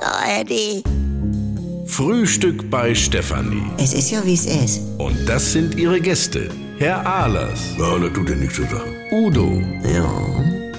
ARD. Frühstück bei Stefanie. Es ist ja, wie es ist. Und das sind ihre Gäste. Herr Ahlers. Ja, das tut er nichts zu sagen. Udo Ja,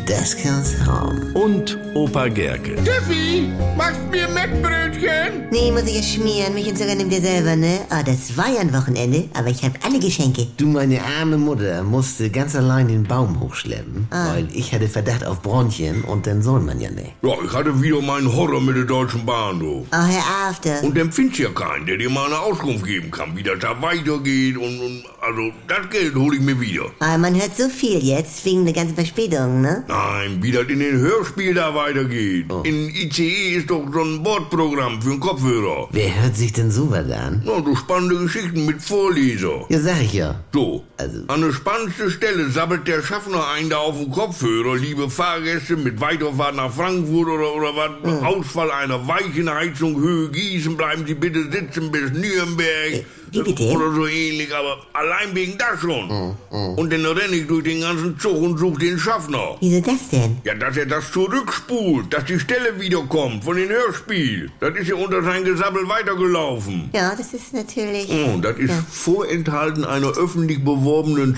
das kann's haben. und Opa Gerke. Steffi, machst mir Mettbrötchen? Nee, muss ich ja schmieren. Mich und sogar nimmt ihr selber, ne? Ah, das war ja ein Wochenende, aber ich hab alle Geschenke. Du, meine arme Mutter, musste ganz allein den Baum hochschleppen, weil ich hatte Verdacht auf Bronchien und dann soll man ja nicht. Ja, ich hatte wieder meinen Horror mit der Deutschen Bahn, Oh, du. Herr After. Und dann findest du ja keinen, der dir mal eine Auskunft geben kann, wie das da weitergeht und, und also das Geld hole ich mir wieder. Ah, man hört so viel jetzt, wegen der ganzen Verspätung, ne? Nein, wie das in den Hörspiel da weitergeht. Ah. In ICE ist doch so ein Bordprogramm für den Kopfhörer. Wer hört sich denn sowas an? Na, so spannende Geschichten mit Vorleser. Ja, sag ich ja. So, Also- an der spannendsten Stelle sabbelt der Schaffner einen da auf den Kopfhörer. Liebe Fahrgäste, mit Weiterfahrt nach Frankfurt oder, oder was, Ausfall einer Weichenheizung, Höhe Gießen, bleiben Sie bitte sitzen bis Nürnberg. wie bitte? Äh, Oder so ähnlich, aber allein wegen das schon. Und dann renne ich durch den ganzen Zug und suche den Schaffner. Wieso das denn? Ja, dass er das zurückspult, dass die Stelle wiederkommt von dem Hörspiel. Das ist ja unter sein Gesabbel weitergelaufen. Ja, das ist natürlich... Oh, das ist Ja. vorenthalten einer öffentlich beworbenen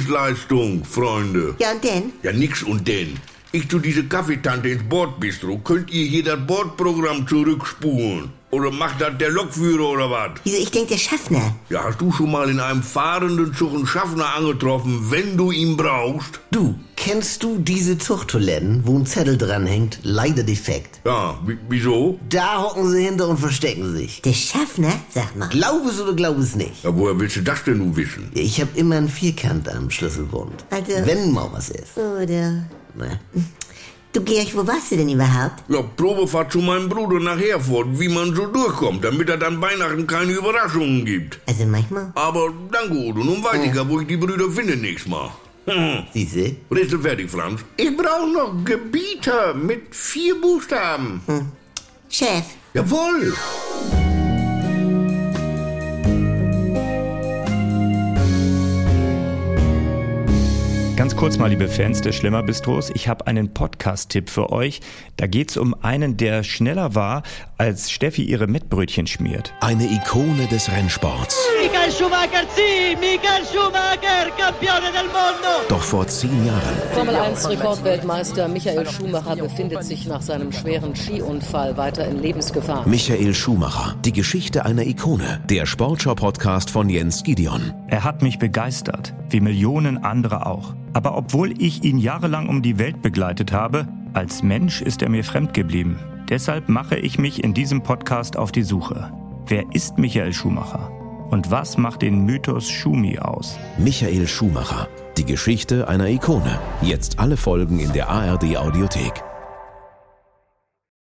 Serviceleistung, Freunde. Ja, und denn? Ja, nix und denn. Ich tu diese Kaffeetante ins Bordbistro. Könnt ihr hier das Bordprogramm zurückspulen? Oder macht das der Lokführer oder was? Wieso, ich denk, der Schaffner. Ja, hast du schon mal in einem fahrenden Zug einen Schaffner angetroffen, wenn du ihn brauchst? Du, kennst du diese Zuchttoiletten, wo ein Zettel dranhängt, leider defekt? Ja, wi- wieso? Da hocken sie hinter und verstecken sich. Der Schaffner? Sag mal. Glaub es oder glaub es nicht. Ja, woher willst du das denn nun wissen? Ich hab immer einen Vierkant am Schlüsselbund. Also- Wenn mal was ist. Oder... Ne? Du, Georg, wo warst du denn überhaupt? Ja, Probefahrt zu meinem Bruder nach Herford, wie man so durchkommt, damit er dann Weihnachten keine Überraschungen gibt. Also manchmal... Aber danke, Udo. Nun weiß Oh. ich ja, wo ich die Brüder finde nächstes Mal. Hm. Siehste? Und ist er fertig, Franz? Ich brauche noch Gebieter mit vier Buchstaben. Chef. Jawohl! Ganz kurz mal, liebe Fans des Schlemmerbistros, ich habe einen Podcast-Tipp für euch. Da geht's um einen, der schneller war, als Steffi ihre Mettbrötchen schmiert. Eine Ikone des Rennsports. Michael Schumacher, sì, Michael Schumacher, campione del mondo! Doch vor zehn Jahren Formel 1 Rekordweltmeister Michael Schumacher befindet sich nach seinem schweren Skiunfall weiter in Lebensgefahr. Michael Schumacher. Die Geschichte einer Ikone. Der Sportschau-Podcast von Jens Gideon. Er hat mich begeistert, wie Millionen andere auch. Aber obwohl ich ihn jahrelang um die Welt begleitet habe, als Mensch ist er mir fremd geblieben. Deshalb mache ich mich in diesem Podcast auf die Suche. Wer ist Michael Schumacher? Und was macht den Mythos Schumi aus? Michael Schumacher. Die Geschichte einer Ikone. Jetzt alle Folgen in der ARD Audiothek.